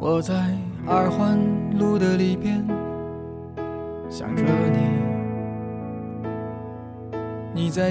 我在二环路的里边想着你，你在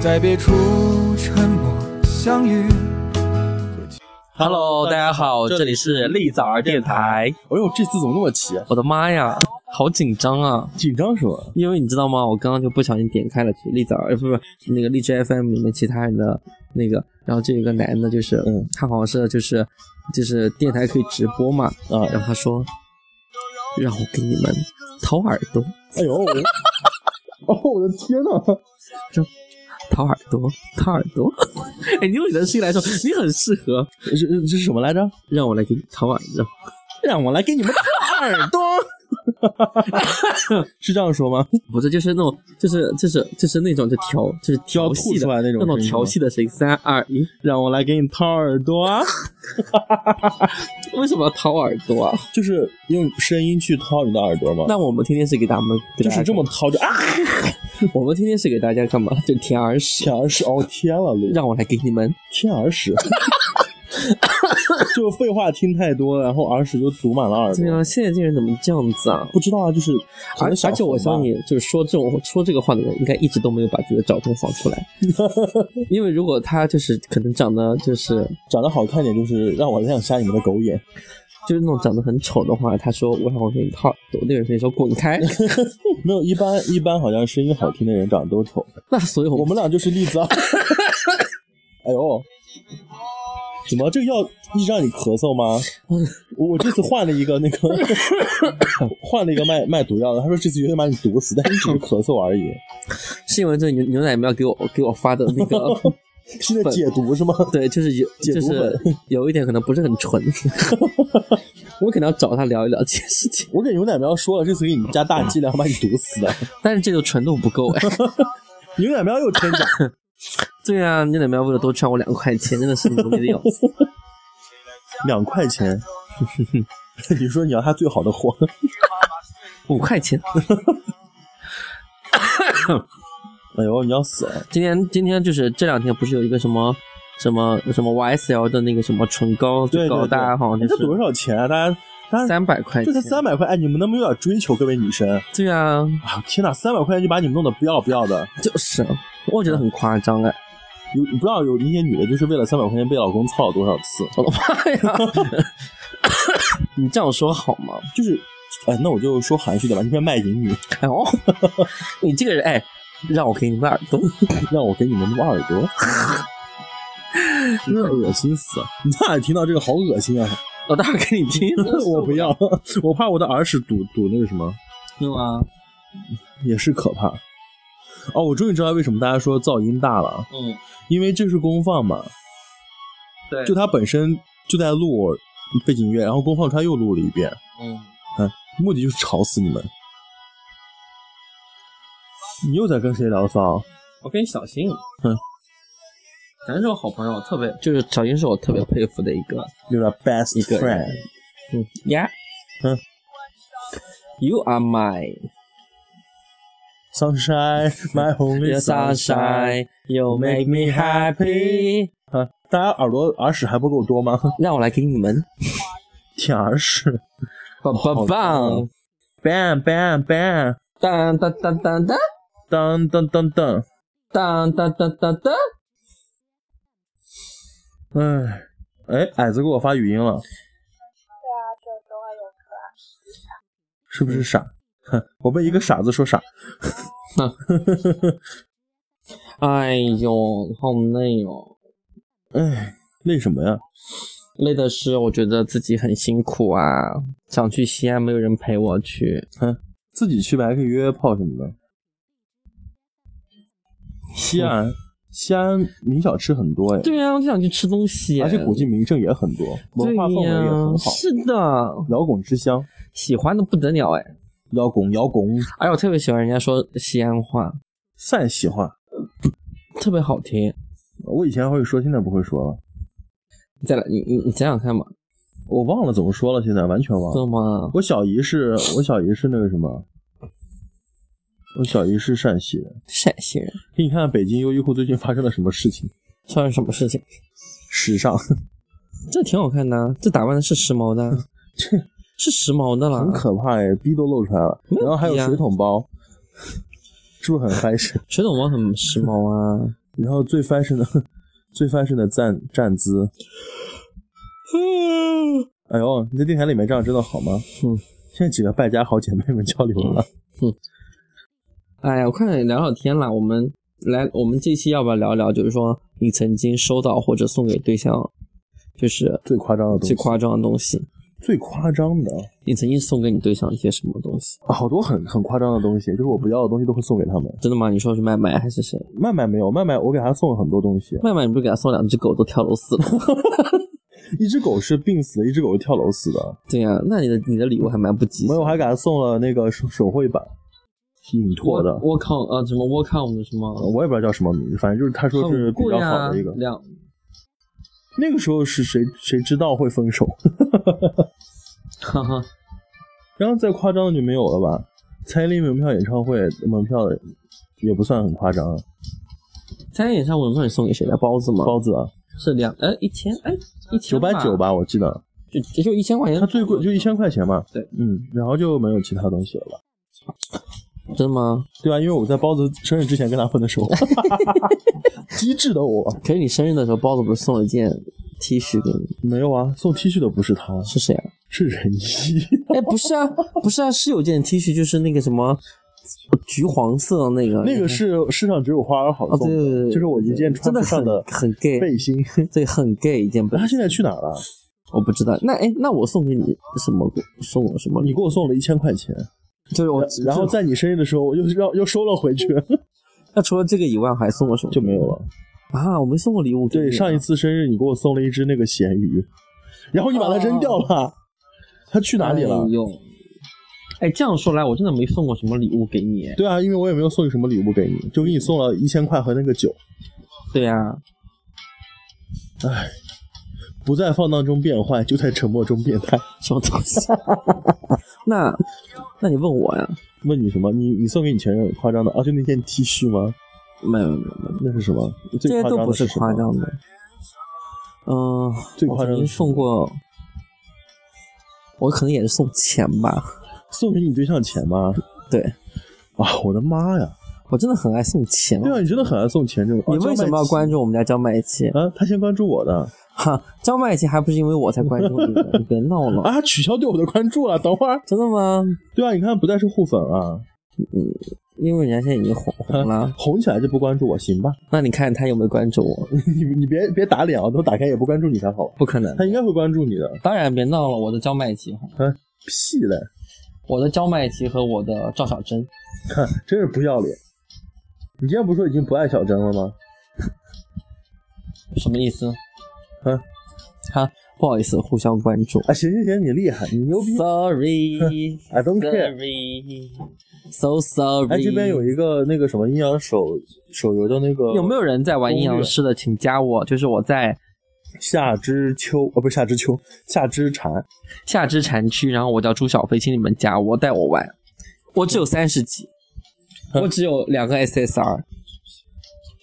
在别处沉默相遇。 Hello，大家好，这里是立早儿电台。哎呦，这次怎么那么齐？我的妈呀，好紧张啊！紧张是吗？因为你知道吗？我刚刚就不小心点开了立早儿，呃，不是不是那个荔枝 FM 里面其他人的那个，然后就有一个男的，就是嗯他好像是就是就是电台可以直播嘛，啊然后他说让我给你们掏耳朵，哎呦，我的哦，我的天呐！掏耳朵，掏耳朵。 哎，你用你的声音来说，你很适合这这这是什么来着？让我来给你掏耳朵。让我来给你们掏耳朵。 是这样说吗？不是，就是那种，就是就是就是那种就调就是调戏吐的出来那种那种声音吗调戏的声音。三二一，让我来给你掏耳朵 啊！为什么要掏耳朵啊？就是用声音去掏你的耳朵吗？那我们天天是给他们，给就大家是这么掏就啊！干嘛，我们天天是给大家干嘛？就舔耳屎，舔耳屎哦，天了，雷让我来给你们。舔耳屎， 就废话听太多，然后耳屎就堵满了耳对朵。啊，现在这人怎么这样子啊？不知道啊，就是而可能小而且我红吧相信，就是说这种说这个话的人，应该一直都没有把自己的照片放出 来，因为如果他就是可能长得就是长得好看点，就是让我亮瞎你们的狗眼。就是那种长得很丑的话，他说我让我给你套耳朵，那个人可以说滚 开。没有，一般一般好像声音好听的人长得都丑。那所以我 我们俩就是例 子啊。哎呦，怎么这个药一直让你咳嗽吗？我我这次换了一个那 个，换了一个卖卖毒药的，他说这次绝对把你毒死，但是只是咳嗽 而已。是因为这牛牛奶喵给我给我发的那个， 是在解毒是吗？对，就是有解就毒粉是有一点可能不是很 纯，我可能要找他聊一聊这件事情，我给牛奶喵说了，这次给你加大剂量，把你毒死的。但是这个纯度不够哎。 牛奶喵又成长，对啊，牛奶喵为了多赚我两块钱，真的是努力的要死。两块钱。 你说你要他最好的货，五块钱。哎呦，你要死了！今天今天就是这两天不是有一个什么什么什么 YSL 的那个什么唇膏对对搞对哎大家好像那就这多是少钱啊？大家，大家三百块这钱才。三百块，哎，你们能不能有点追求，各位女生？对啊，啊，天哪，三百块钱就把你们弄得不要不要的，就是我觉得很夸张 哎，有你不知道有那些女的，就是为了三百块钱被老公操了多少次，我哦的妈哎呀！你这样说好吗？就是，哎，那我就说含蓄点吧，你别卖淫女，哎呦，你这个人哎，让我给你们耳朵， 让我给你们摸耳 朵，那恶心死了！ 你那听到这个好恶心啊！我待会儿给你听。 我不要，我怕我的耳屎堵堵那个什么，对吗？也是可怕。哦，我终于知道为什么大家说噪音大了啊，嗯，因为这是公放嘛，对，就它本身就在录背景音乐，然后公放出来又录了一遍，嗯，目的就是吵死你们。你又在跟谁聊骚？我跟小新，嗯，咱是我好朋友，特别就是小新是我特别佩服的一个 You're the best 一个人 friend。。嗯呀，嗯，You are my Sunshine, my only sunshine。 sunshine, you make me happy。啊，大家耳朵耳屎还不够多吗？ 让我来给你们，舔耳屎。棒棒棒， Bang bang bang，当当当当当噔噔噔噔。当当当当当。哎，哎，矮子给我发语音了，是不是傻？ 哼，我被一个傻子说傻。哎呦，好累哦，哎，累什么呀？累的是我觉得自己很辛苦啊，想去西安没有人陪我去，自己去呗，还可以约约炮什么的。西安，西安名小吃很多哎，哦对啊，我就想去吃东西，而且古迹名胜也很多，文化氛对围也呀很好，是的，辽拱之乡。喜欢的不得了哎！邀功邀功，而且我特别喜欢人家说西安话，算喜欢。特别好听。我以前会说，现在不会说了，你再来，你你你想想看嘛，我忘了怎么说了，现在完全忘知了。道吗？我小姨是，我小姨是那个什么，我小姨是陕西人。陕西人给你看北京优衣库最近发生了什么事情？发生什么事情？时尚，这挺好看的啊，这打扮的是时髦的啊，这是时髦的嗯很啦。可怕哎，逼都露出来了。没有然后还有逼啊水桶包， 是不是很 fashion？水桶包很时髦啊。然后最 fashion 的，最 fashion 的站站姿。哎呦，你在电台里面这样真的好吗？嗯，现在几个败家好姐妹们交流了。哎呀，我看聊聊天啦，我们来，我们这期要不要聊聊？就是说你曾经收到或者送给对象，就是最夸张的东最西，夸张的东西。最夸张的你曾经送给你对象一些什么东西？啊，好多很很夸张的东西，就是我不要的东西都会送给他们。真的吗？你说是麦麦还是谁？麦麦没有，麦麦我给他送了很多东西，麦麦，你不是给他送两只狗都跳楼死了？一只狗是病死的，一只狗是跳楼死的。 对呀、那你的你的礼物还蛮不吉没祥有，的。我还给他送了那个手手绘板，影拓的，我靠啊，什么 Work on 什么，我也不知道叫什么名字，反正就是他说是比较好的一个。很贵啊两 那个时候是谁谁知道会分手？ 哈哈，然后再夸张的就没有了吧？蔡依林门票演唱会门票也不算很夸张啊，参加演唱会算是送给谁的包子吗？包子啊，是两哎一千哎一千九百九，吧，我记得。就也就一千块钱。它最贵就一千块钱嘛。对，嗯，然后就没有其他东西了吧？真的吗？对啊，因为我在包子生日之前跟他分的手， 机智的我可是你生日的时候，包子不是送了一件 T 恤给你？没有啊，送 T 恤的不是他，是谁啊？是仁一，哎，不是啊， 不是啊，是有件 T 恤，就是那个什么橘黄色的那个，那个是是世上只有花儿好啊，送对对对的，对，就是我一件穿不上真的的很很 gay，背心。 对，很 gay 一件背那他现在去哪儿了？我不知道。那哎，那我送给你什么？送我什么？你给我送了一千块钱，就是我，然后在你生日的时候，我又让又收了回去，那除了这个以外，我还送过什么？就没有了。啊，我没送过礼物给你啊。对，上一次生日你给我送了一只那个咸鱼，然后你把它扔掉了，它去哪里了哎？呦？哎，这样说来，我真的没送过什么礼物给你。对啊，因为我也没有送你什么礼物给你，就给你送了一千块和那个酒。对啊呀、不在放荡中变坏，就在沉默中变态。什么东 西？那，那你问我呀？问你什么？你你送给你前任很夸张的啊？就那件 T 恤吗？没有没有没有，那是什么？这最些夸都张不的是什夸么？张的。嗯、最我夸张的曾经是送过，我可能也是送钱吧。 送给你对象钱吗？对啊，我的妈呀！我真的很爱送钱。对啊，你真的很爱送钱这种。你为什么要关注注我们家啊张麦琪？啊？他先关注我的哈，张麦琪还不是因为我才关注你的？你别闹 了，啊，他取消对我的关注了。等会儿，真的吗？对啊，你看不再是互粉啊，因为人家现在已经 红红了。红起来就不关注我，行吧？ 那你看他有没有关注我？ 你你别别打脸啊，等我打开也不关注你才好。不可能，他应该会关注你的，当然别闹了，我的焦麦琪，屁嘞！我的焦麦琪和我的赵小珍，看，真是不要脸。你今天不是说已经不爱小张了吗？什么意思？嗯，哈，不好意思，互相关注。啊，行行行，你厉害，你牛逼。 Sorry, I don't care sorry, so 哎， sorry。这边有一个那个什么阴阳手手游的那个有没有人在玩阴阳师的，请加我，就是我在夏之秋？哦，不是夏之秋，夏之蝉。夏之禅区，然后我叫朱小飞，请你们加我，带我玩。我只有三十级，嗯我只有两个 SSR，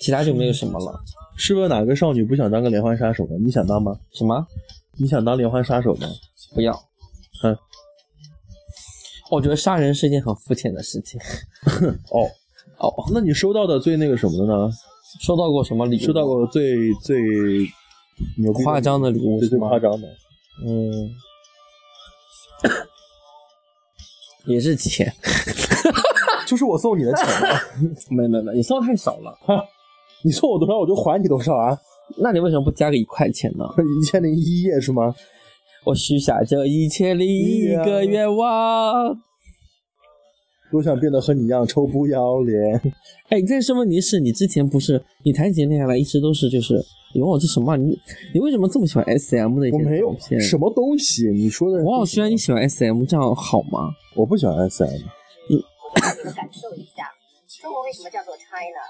其他就没有什么了。试问哪个少女不想当个连环杀手呢？你想当吗？什么？你想当连环杀手吗？不要。嗯，我觉得杀人是一件很肤浅的事情。 哦哦，那你收到的最那个什么的呢？收到过什么礼物？收到。过最最牛逼的夸张的礼物对是最吗夸张的。嗯，也是钱。 就是我送你的钱啊，没没没，你送的太少了。 你送我多少我就还你多少啊？ 那你为什么不加个一块钱呢？一千零一夜是吗？我许下这一千零一个愿望。多想变得和你一样臭不要脸。哎，但是问题是你之前不是你谈起恋爱来一直都是就是，哟，这什么啊？你你为什么这么喜欢 S M 的一我些照没有片？什么东西，你说的，王小轩，你喜欢 S M 这样好吗？我不喜欢 S M。你们感受一下，中国为什么叫做 China？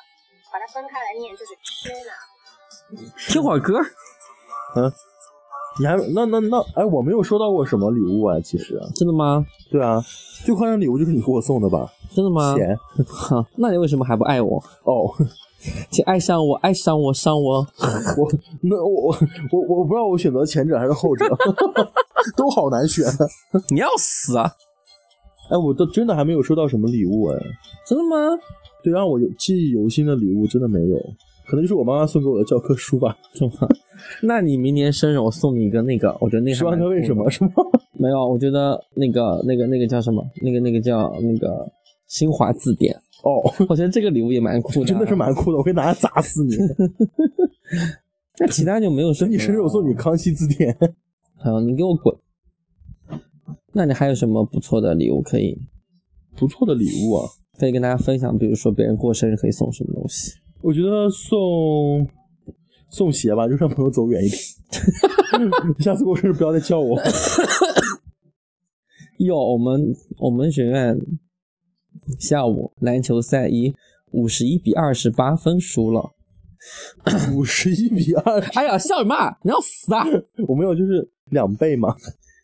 把它分开来念就是 China。听会儿歌，你还那那那，哎，我没有收到过什么礼物啊，其实。真的吗？对啊，最夸张的礼物就是你给我送的吧？真的吗？钱哈， 那你为什么还不爱我？哦， 请爱上我，爱上我，伤我。 我那我我我我不知道我选择前者还是后者， 都好难选。啊你要死啊！哎，我都真的还没有收到什么礼物哎，真的吗？对，让我有记忆犹新的礼物真的没有，可能就是我妈妈送给我的教科书吧，那你明年生日我送你一个那个，我觉得那《个十还蛮万个为什酷的么》是吗？没有，我觉得那个那个那个叫什么？那个那个叫那个新华字典。哦， 我觉得这个礼物也蛮酷的，啊真的是。蛮酷的，我可以拿来砸死你。 那其他就没有什等么。。你生日，我送你《康熙字典》。 好，你给我滚。那你还有什么不错的礼物可以不错的礼物啊，可以跟大家分享？比如说别人过生日可以送什么东西？我觉得送送鞋吧，就让朋友走远一点。 下次过生日不要再叫我。 哟，我们我们学院下午篮球赛以五十一比二十八分输了。五十一比二，哎呀，笑什么啊？你要死啊！ 我没有，就是两倍嘛。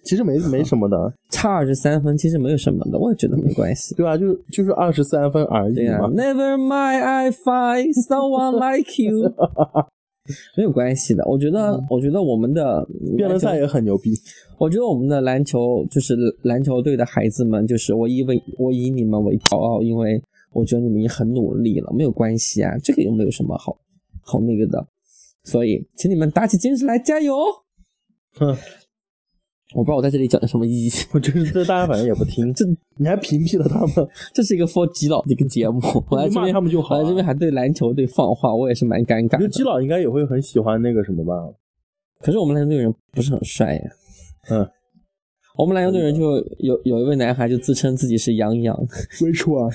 其实 没没什么的，差二十三分其实没有什么的，我也觉得没关 系。对啊，就是就是二十三分而对已呀、嘛。 n e v e r mind, I find someone like you 。没有关系的，我觉得，我觉得我们的辩论赛也很牛逼，我觉得我们的篮球就是篮球队的孩子们，就是我以为我以你们为骄傲，因为我觉得你们也很努力了，没有关系啊，这个又没有什么好好那个的，所以请你们打起精神来，加油！哼，我不知道我在这里讲的什么意义，我真是这大家反正也不听，这你还屏蔽了他们，这是一个 for 基佬的一个节目，我来这骂边他们就好我啊来这边还对篮球队放话，我也是蛮尴我尬觉得 基的。佬应该也会很喜欢那个什么吧？可是我们篮球队人不是很帅呀、嗯，我们篮球队人就有有一位男孩就自称自己是杨洋 微处啊，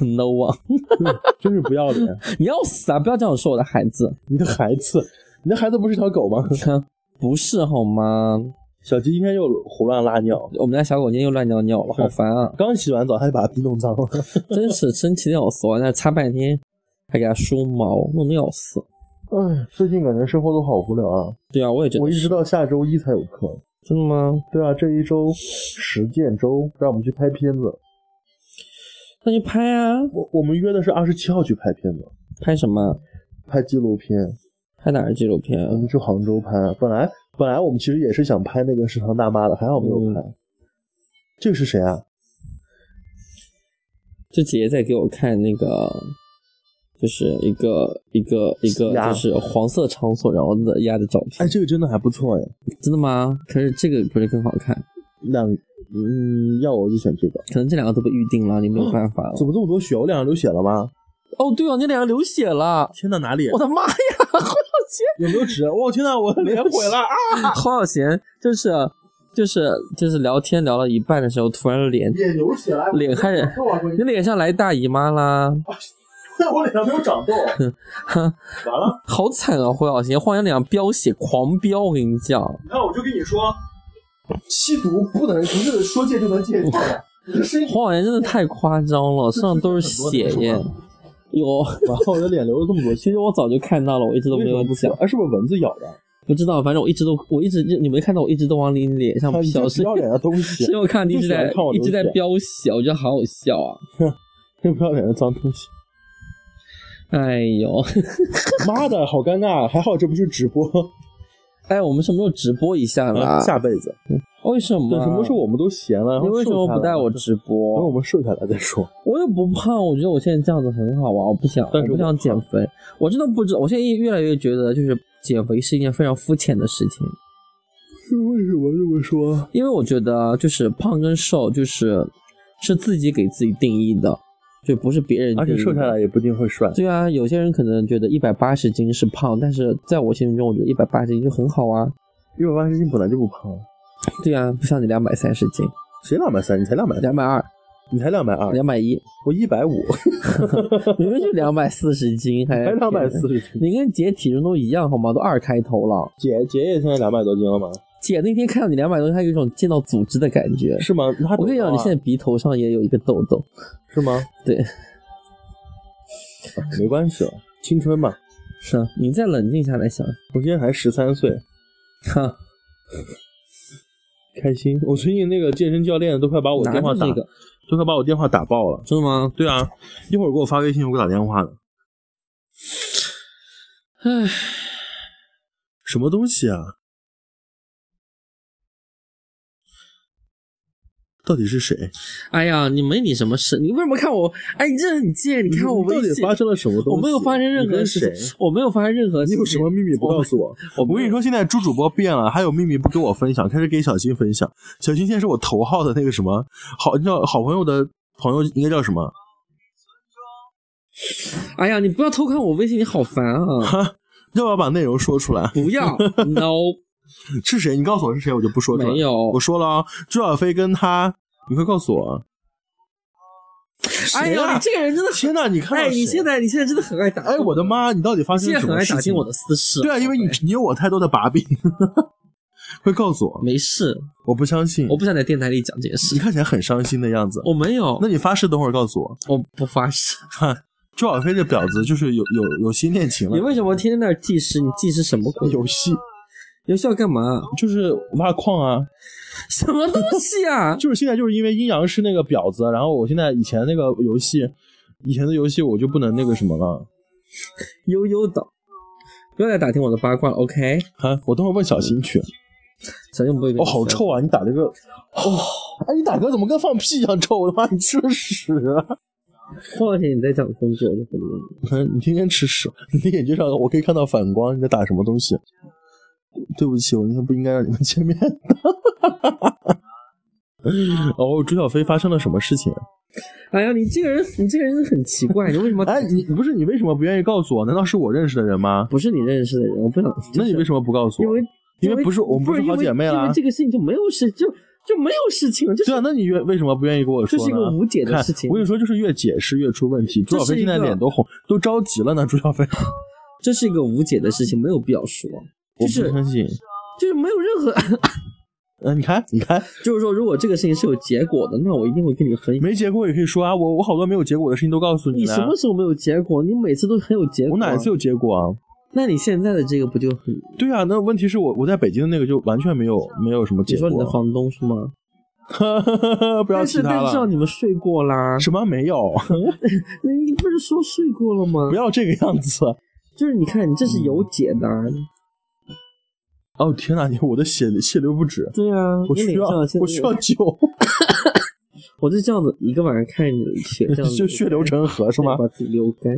，no one。 真是不要脸！你要死啊！不要这样说我的孩子，你的孩子，你的孩子不是条狗吗？不是好吗？小鸡今天又胡乱拉尿，我们家小狗今天又乱尿尿了，好烦 啊！刚洗完澡他就把它逼弄脏了。真是生气的要死，我在那擦半天，还给它梳毛，弄得要死。 哎，最近感觉生活都好无聊啊！对啊，我也觉得我一直到下周一才有课。真的吗？对啊，这一周实践周，让我们去拍片子。那就拍啊，我我们约的是二十七号去拍片子，拍什么？拍纪录片。拍哪儿的纪录片啊我？们去杭州拍，本来本来我们其实也是想拍那个食堂大妈的，还好没有拍。这个是谁啊？就姐姐在给我看那个，就是一个一个一个，鸭就是黄色场所，然后的鸭的照哎，片。这个真的还不错哎。真的吗？可是这个不是更好看？两嗯，要我就选这个。可能这两个都被预定了，你没有办法了怎。么这么多血？我脸上流血了吗？哦，对哦，你脸上流血了。天哪，哪里？我的妈呀！黄小贤，有没有 纸？我天哪，我的脸毁了啊！黄小贤就是就是就是聊天聊到一半的时候，突然脸脸流血啊了脸开始我你脸上来大姨妈啦，我脸上没有长痘，哼， 完了。好惨啊！黄小贤，黄小贤脸上飙血，狂飙，我跟你讲，你看，我就跟你说，吸毒不能不是说戒就能戒掉的，你这身体。黄小贤真的太夸张了，身上都是血耶。 有，然后我的脸流了这么多其血，实我早就看到了，我一直都没有不讲，哎，是不是蚊子咬的？不知道，反正我一直都，我一直你没看到我一直都往你脸上看你飘，这是不要 脸的东西是，因为我看你一直就喜在欢看我一直在流血飙血，我觉得好好笑啊！这不要脸的脏东 西。哎呦， 妈的，好尴尬！啊还好这不是直播，哎，我们什么时候直播一下啦？哎 下辈子。为什么？啊对，什么时候我们都闲了？然你后为什么瘦下来不带我了？直等播？我们瘦下来再 说。我又不胖，我觉得我现在这样子很好啊，我不想，但是我不想我胖减肥。我真的不知道，我现在越来越觉得，就是减肥是一件非常肤浅的事情，是为什么这么说？因为我觉得就是胖跟瘦就是是自己给自己定义的，就不是别人定而义的。且瘦下来也不一定会帅。对啊，有些人可能觉得一百八十斤是胖，但是在我心目中，我觉得一百八十斤就很好啊。一百八十斤本来就不胖，对啊，不像你两百三十斤，谁两百三？你才两百三，两百二，你才两百二，两百一，我一百五，明明就两百四十斤，还 才两百四。十斤。哎你跟姐体重都一样好吗？都二开头了。姐姐也现在两百多斤了吗？姐那天看到你两百多，她有一种见到组织的感觉。是吗？那她我跟你多高讲，你啊现在鼻头上也有一个痘痘。是吗？对，啊没关系了，青春嘛。是啊，你再冷静下来想，我今年才十三岁，哈，开心。我最近那个健身教练都快把我拿电话着打，那个，都快把我电话打爆了。真的吗？对啊，一会儿给我发微信，我给我打电话呢。唉，什么东西啊？到底是谁？ 哎呀，你没你什么事？你为什么看我？哎，你这很贱！你看我到微底信，发生了什么东西？我没有发生任何事你跟谁情，我没有发生任何事你情。有什么秘密不告诉我？我我跟你说，现在朱主播变了，还有秘密不跟我分享，开始给小新分享。小新现在是我头号的那个什么好，你知道好朋友的朋友应该叫什么？哎呀，你不要偷看我微信，你好烦啊！ 哈，要不要把内容说出来？不要 ，no，是谁？你告诉我是谁，我就不说出来。没有我说了啊，朱小飞跟他，你快告诉我。啊哎谁呀，啊你这个人真的很天哪！你看到哎，你谁现在你现在真的很爱打，哎，我的，妈！你到底发你生现了在什很么爱事打情进？我的哎私事。对啊，因为你你有我太多的把柄， 快告诉我！没事，我不相信我，不想在电台里讲这件事 你。看起来很伤心的样子。我没有，那你发誓等会儿告诉我。我不发誓。朱小飞这婊子就是有有有新恋情你了，为什么天天在那儿计时？你计时什么鬼？游戏游戏要干嘛？ 就是挖矿啊，什么东西啊？就是现在就是因为阴阳师那个婊子，然后我现在以前那个游戏，以前的游戏我就不能那个什么了。悠悠的，不要再打听我的八卦了，OK？啊，我等会儿问小新去。小心不会被哦，好臭啊！你打这个，哦，哎，你打嗝怎么跟放屁一样臭？我的妈，你吃了屎啊！过两天你再讲工作，我就不录了。嗯你天天吃屎， 你的眼睛上我可以看到反光，你在打什么东西？对不起，我那天不应该让你们见面的。 哦，朱小飞发生了什么事情？哎呀，你这个人，你这个人很奇怪，你为什么？哎，你不是你为什么不愿意告诉我？难道是我认识的人吗？不是你认识的人，我不想。那你为什么不告诉因我为？因为不是我们不不是好姐妹因为啦因为这个事情就没有事，就就没有事情了，就是对啊，那你愿为什么不愿意跟我说这呢？是一个无解的看事情我跟你说，就是越解释越出问题。朱这小是飞现在一个脸都红，都着急了呢。朱小飞，这是一个无解的事情，没有必要说。就我不是相信。就是没有任何，嗯，你看，你看，就是说，如果这个事情是有结果的，那我一定会跟你分享。没结果也可以说啊。我我好多没有结果的事情都告诉你了。什么时候没有结果？你每次都很有结果。我哪一次？有结果啊？那你现在的这个不就很？对啊，那问题是我我在北京的那个就完全没 有没有什么你结果。说你的房东是吗？ 不要但提是他但是让了。你们睡过啦。什么没有？ 你你不是说睡过了吗不？要这个样子。就是你看，你这是有解的啊。嗯哦天哪，你我的血血流不止，对啊，我你需脸要上现在我需要救，我就这样子一个晚上看着你的血， 这样子 就血流成河是吗？把自己流干。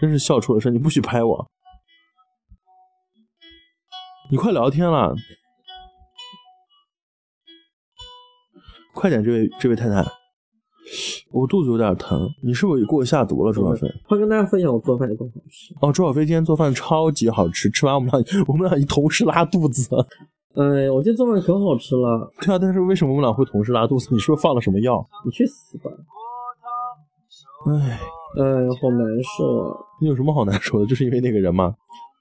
真是笑出了声，你不许拍我！你快聊天了，快点，这位这位太太，我肚子有点疼，你是不是给我下毒了，朱小飞？快跟大家分享我做饭有多好吃。哦，朱小飞今天做饭超级好吃，吃完我们俩我们俩同时拉肚子。 哎，我这做饭可好吃了，对啊，但是为什么我们俩会同时拉肚子？你是不是放了什么药？你去死吧！唉，哎，好难受啊！你有什么好难说的？就是因为那个人吗？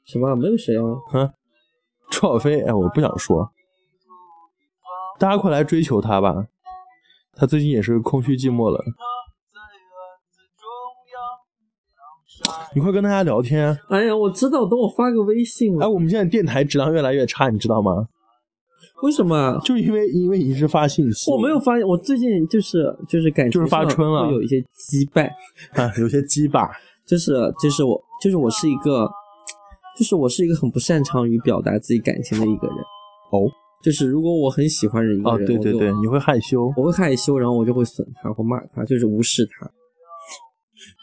什么啊？没有谁啊？朱小飞，哎，我不想说，大家快来追求他吧，他最近也是空虚寂寞了。你快跟大家聊天！哎呀，我知道，等我发个微信吧。哎，我们现在电台质量越来越差，你知道吗？为什么啊？就是因为因为你一直发信息，我没有发现，我最近就是就是感情就是发上春了会有一些羁绊，啊，有些鸡巴。就是就是我就是我是一个，就是我是一个很不擅长于表达自己感情的一个人。哦，就是如果我很喜欢人一个哦，人，对对对，我就你会害羞。我会害羞，然后我就会损他或骂他，就是无视他。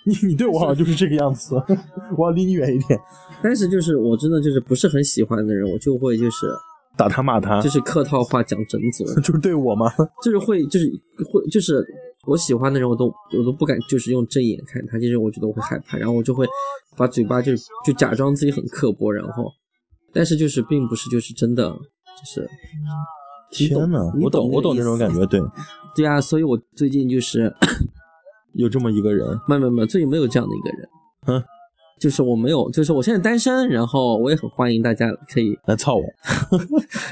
你你对我好像就是这个样子，我要离你远一点，但是就是我真的就是不是很喜欢的人，我就会就是打他骂他，就就是客套话讲整组，是对我吗？就是会就是会就是我喜欢的人，我都我都不敢就是用正眼看他，就是我觉得我会害怕，然后我就会把嘴巴就就假装自己很刻薄，然后但是就是并不是就是真的就是天哪，你我懂，我懂那那个种意思感。觉，对，对啊，所以我最近就是有这么一个人，没有没有没有，最近没有这样的一个人。嗯，就是我没有，就是我现在单身，然后我也很欢迎大家可以来操我，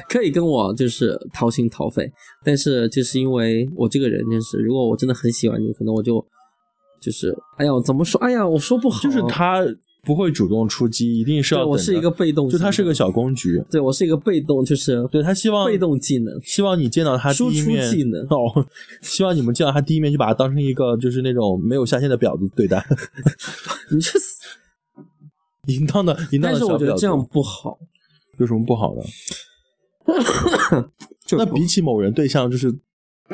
可以跟我就是掏心掏肺，但是就是因为我这个人，就是如果我真的很喜欢你，可能我就就是哎呀，我怎么说？哎呀，我说不好，就是他不会主动出击，一定是对，要我等是一着个，被动，就他是个，小公举，对我是一个被动，就是对他希望被动技能，希望你见到他第输一出面技能哦，希望你们见到他第一面就把他当成一个就是那种没有下限的婊子对待，你去死！淫荡的淫荡但的是小我觉婊得子，这样不好，有什么不好的？就那比起某人对象，就是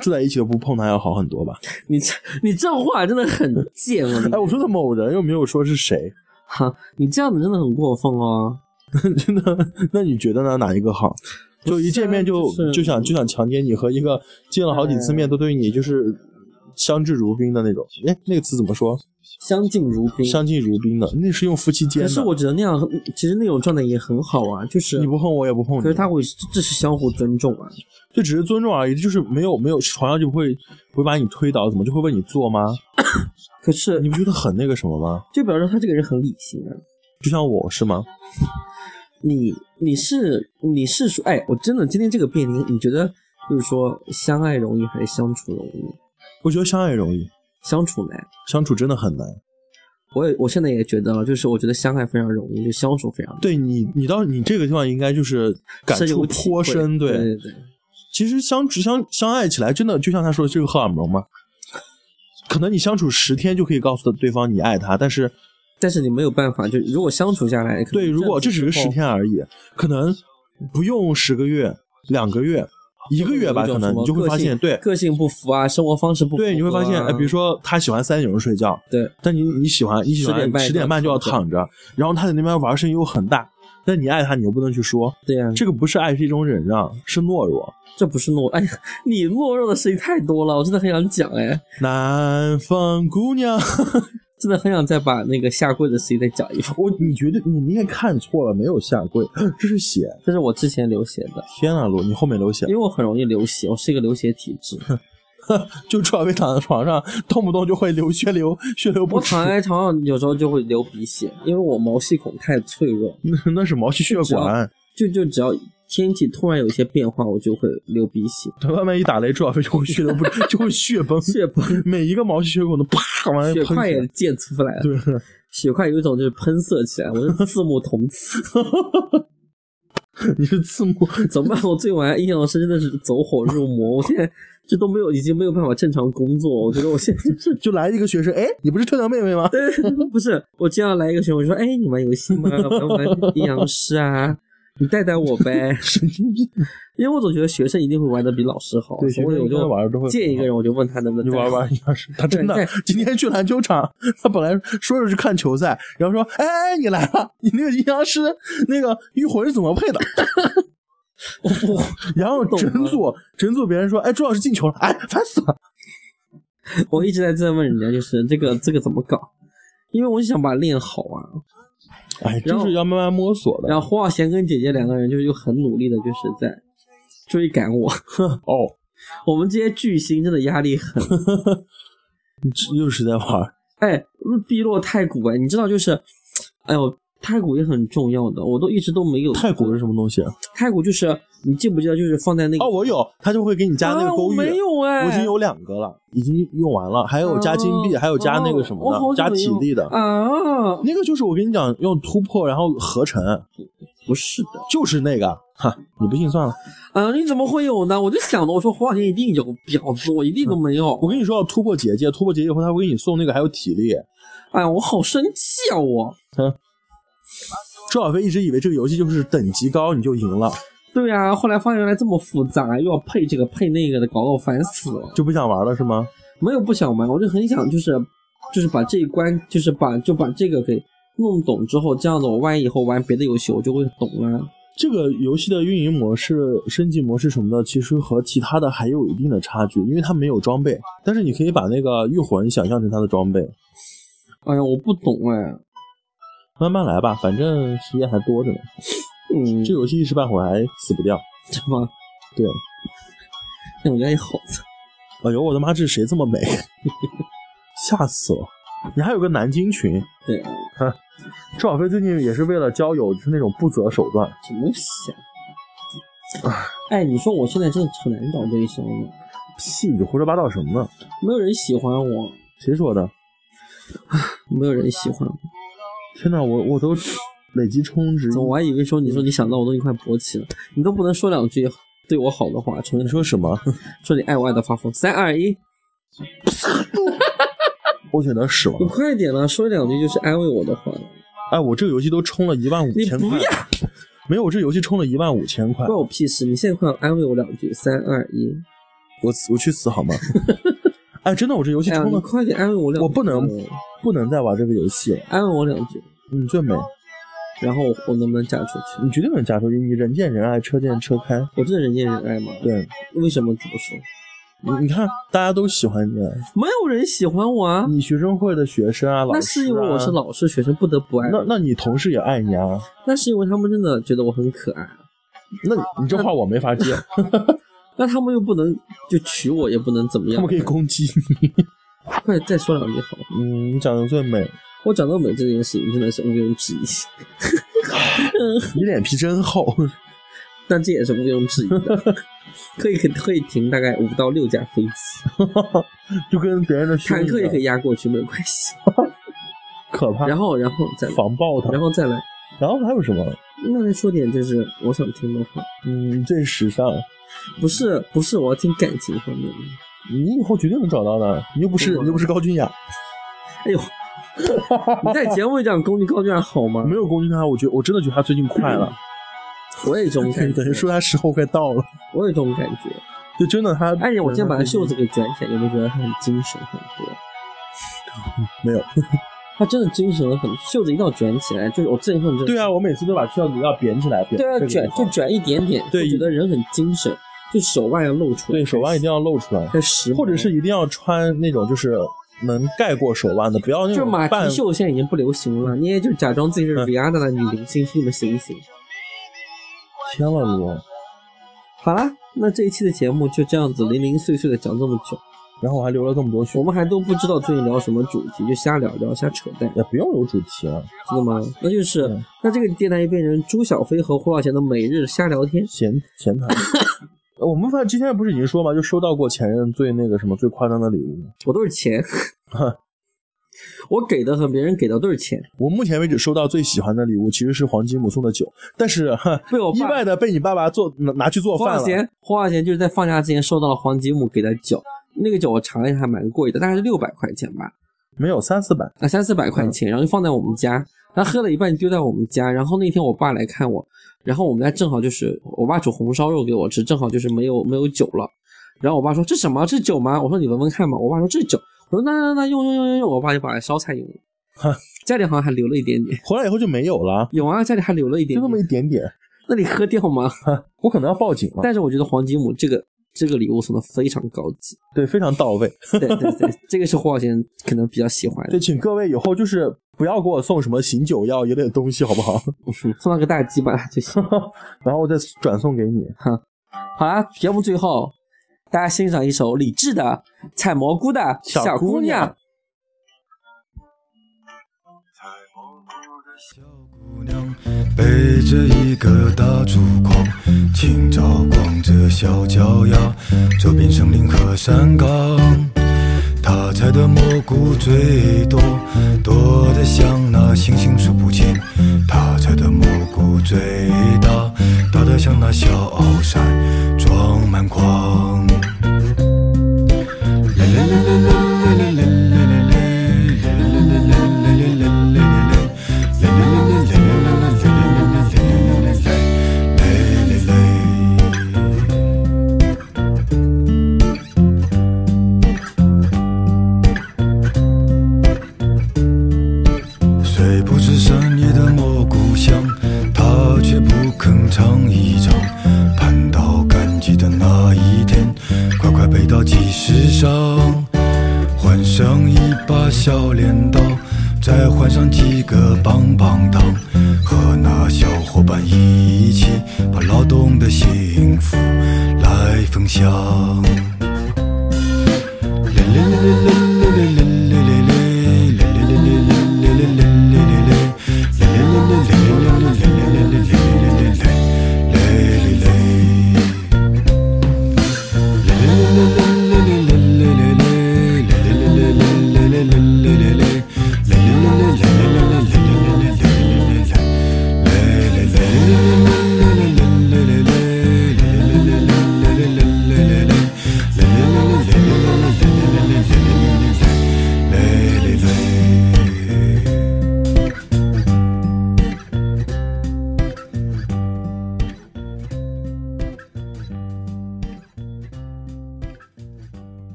住在一起都不碰他要好很多吧？你这你这话真的很贱啊！你 哎，我说的某人又没有说是谁，哈，你这样子真的很过分哦。真的？那你觉得呢？哪一个好？就一见面就就是哎就想就想强奸你，和一个见了好几次面都对你就是相敬如宾的那种。哎，那个词怎么说？相敬如宾。相敬如宾的，那是用夫妻间可的。是我觉得那样，其实那种状态也很好啊，就是你不碰我也不碰你，可是他会，这是相互尊重啊。就只是尊重而已，就是没有没有床上就不会不会把你推倒，怎么就会为你做吗？可是你不觉得很那个什么吗？就表示他这个人很理性啊。就像我是吗？你你是你是说，哎，我真的今天这个辩论，你觉得就是说相爱容易还是相处容易？我觉得相爱容易，相处难。相处真的很难。我也我现在也觉得，啊就是我觉得相爱非常容易，就相处非常难对你，你到你这个地方应该就是感深有触体颇会深，对对对。其实相处相相爱起来，真的就像他说的，就是荷尔蒙嘛。可能你相处十天就可以告诉对方你爱他，但是但是你没有办法，就如果相处下来，可能对，如果这只是之后十，天而已，可能不用十个月、两个月、一个月吧，有一可种能什么你就会发现，个性对个性不符啊，生活方式不符、啊，对，你会发现，哎，比如说他喜欢三点钟睡觉，对，但你你喜欢你喜10点欢半十点半就要就要躺躺着，然后他在那边玩声音又很大，但你爱他，你又不能去说，对呀、这个不是爱，是一种忍让，是懦弱。这不是懦，哎呀，你懦弱的事情太多了，我真的很想讲，哎，南方姑娘，真的很想再把那个下跪的事情再讲一遍，我你绝对你你也看错了，没有下跪，这是血。这是我之前流血的，天呐，罗，你后面流血因，为我很容易流血，我是一个流血体质，就朱小飞躺在床上，动不动就会流血流血流不我止，躺在床上有时候就会流鼻血，因为我毛细孔太脆弱，那那是毛细血只要管。就就只要天气突然有一些变化，我就会流鼻血，他外面一打雷，朱小飞就会血流不止，就会血崩，血崩，每一个毛细血管都啪往外血喷块起来也溅出来了，对，血块有一种就是喷射起来，我是四目同刺， 你是字幕，怎么办？我最晚印象深真的是走火入魔，我现在这都没有，已经没有办法正常工作，我觉得我现在就是。就来一个学生，哎，你不是特长妹妹吗？ 不是，我经常来一个学生，我说：“哎，你玩游戏 吗？玩不玩阴阳师啊？你带带我呗。 神经病！”因为我总觉得学生一定会玩的比老师好，对，学所以生我一般就玩儿都会见很一个好人，我就问他能不你能带玩我玩阴阳师，他真 的对今天去篮球场，他本来说是去看球赛，然后说，哎，你来了，你那个阴阳师那个御魂是怎 么配的？ 然后懂整了组整组别人说，哎，朱老师进球了，哎，烦死了。 我一直在在问人家，就是这个这个怎么搞？因为我就想把它练好啊。哎，然就后是要慢慢摸索的。然后胡小贤跟姐姐两个人就就很努力的，就是在追赶我。 哦，我们这些巨星真的压力很你这又是在玩儿，哎，碧落太古哎，你知道就是，哎呦，太古也很重要的，我都一直都没有。太古是什么东西？哦，太古就是你记不记得，就是放在那个我有，他就会给你加哦那啊个我勾玉。没有哎，我已经有两个了，已经用完了，还有加金币，啊还有加那个什么哦我好久的，加没体用力的。啊，那个就是我跟你讲，用突破然后合成，不是的就是那个，哈，你不信算了。啊，你怎么会有呢？我就想着，我说黄晓贤一定有婊子，我一定都没我有。跟你说，要突破结界，突破结界以后，他会给你送那个还有体力。哎呀，我好生气啊！我，周小飞一直以为这个游戏就是等级高你就赢了，对啊，后来发现原来这么复杂，又要配这个配那个的，搞得我烦死了。就不想玩了是吗？没有不想玩，我就很想就是就是把这一关就是把就把这个给弄懂之后，这样子我万一以后玩别的游戏我就会懂了、这个游戏的运营模式、升级模式什么的，其实和其他的还有一定的差距，因为它没有装备。但是你可以把那个御魂想象成它的装备，哎呀，我不懂哎，慢慢来吧，反正时间还多着呢。嗯，这游戏一时半会儿还死不掉。什么？对，那我觉得也好。哎呦，我的妈，这是谁这么美？ 吓死了！你还有个南京群，对，赵小飞最近也是为了交友，就是那种不择手段。什么东西啊？哎，你说我现在真的很难找对象了，屁，你胡说八道什么呢？没有人喜欢我，谁说的？没有人喜欢我。天哪，我我都累积充值。我还以为说你说你想到我都已经快勃起了，你都不能说两句对我好的话，承你认说说什么？ 说你爱我爱的发疯。三二一，我觉得屎你了。快点了，说两句就是安慰我的话。哎，我这个游戏都充了一万五你千不块要。没有，我这游戏充了一万五千块关。我屁事！你现在快安慰我两句，三二一。我死我去死好吗？ 哎，真的，我这游戏哎呀，充你了，快点安慰我两句。啊我不能不能再玩这个游戏了。安慰我两句，你最美，然后我我能不能嫁出去？你绝对能嫁出去。你人见人爱，车见车开。我真的人见人爱吗？，对，为什么这么说？你你看，大家都喜欢你。没有人喜欢我啊，你学生会的学生啊，老师、啊，那是因为我是。老嗯师，学生不得不爱那我。那你同事也爱你啊？那是因为他们真的觉得我很可爱，啊那你你这话我没法接，那他们又不能就娶我，也不能怎么他样们可。以攻击你。 快再说两句好吗？嗯，你长得最美，我长到美这件事情真的是毋庸置疑， 你脸皮真厚。 但这也是毋庸置疑 的。可以可以可以停大概五到六架 飞机，就跟别人的胸坦克也可一以样，压过去，没有关 系。可怕，然后然后再来，防爆他。然后再来，然后还有什么？那再说点就是我想听的话，嗯，最时尚，不是不是，我要听感情方面的。你以后绝对能找到的。你又不是你又不是高俊雅，哎 呦，你在节目里讲攻击高卷好吗没？有攻击他，我觉我真的觉得他最近快了，我也这种感觉 等于，说他时候快到了，我也这种感觉。就真的他。哎呀，我今 天把他袖子给卷起来，有没有觉得他很精神很多？没有。他真的精神了很，袖子一定要卷起来，就是我最恨这。对啊，我每次都把袖子要扁起来，扁对啊，这个卷好就卷一点点，对就觉得人很精神，就手腕要露出来，对手腕一定要露出来，很时髦，或者是一定要穿那种就是能盖过手腕的，不要那就是种马半蹄袖现在已经不流行了，你也就假装自己是嗯 Rihanna 的女明星，你们行不行？天了如。好啦，那这一期的节目就这样子零零碎碎的讲这么久，然后我还留了这么多我血，们还都不知道最近聊什么主题，就瞎聊聊，瞎扯淡，也不用有主题啊了。知道吗？那就是嗯那这个电台就变成朱小飞和胡小贤的每日瞎聊天。闲闲 谈。呃我们反正之前不是已经说嘛，就收到过前任最那个什么最夸张的礼物吗。我都是 钱，我给的和别人给的都是钱，我目前为止收到最喜欢的礼物其实是黄金母送的酒，但是 哈被我意爸外的被你爸爸做拿拿去做黄哦饭小了。贤，黄小贤就是在放假之前收到了黄吉姆给的酒，那个酒我尝了一下，还蛮贵的，大概是六百块钱吧，没有三四百，啊三四百块钱，然后就放在我们家，他喝了一半丢在我们家，然后那天我爸来看我，然后我们家正好就是我爸煮红烧肉给我吃，正好就是没有没有酒了，然后我爸说这什么这是酒吗？我说你闻闻看嘛，我爸说这是酒，我说那那那用用用用用，我爸就把它烧菜用了哼，家里好像还留了一点点，回来以后就没有了，有啊，家里还留了一点就那么点，一点点。那你喝掉吗？我可能要报警了。但是我觉得黄吉姆这个这个礼物送的非常高级。对，非常到位。对对对，这个是胡小贤可能比较喜欢对，的，请各位以后就是不要给我送什么醒酒药一类的东西，好不好？ 送他个大鸡巴就行。然后我再转送给你。好啦，节目最后，大家欣赏一首李志的《采蘑菇的小小姑姑娘娘》。小姑娘背着一个大竹筐，轻照光着小脚丫，走遍森林和山岗。她采的蘑菇最多，多得像那星星数不清。她采的蘑菇最大，大得像那小鳌山，装满筐。虽不知山野的蘑菇香，它却不肯尝一尝。盼到赶集的那一天，快快背到集市上。换上一把小镰刀，再换上几个棒棒糖，和那小伙伴一起把劳动的幸福来风向。啦啦啦啦啦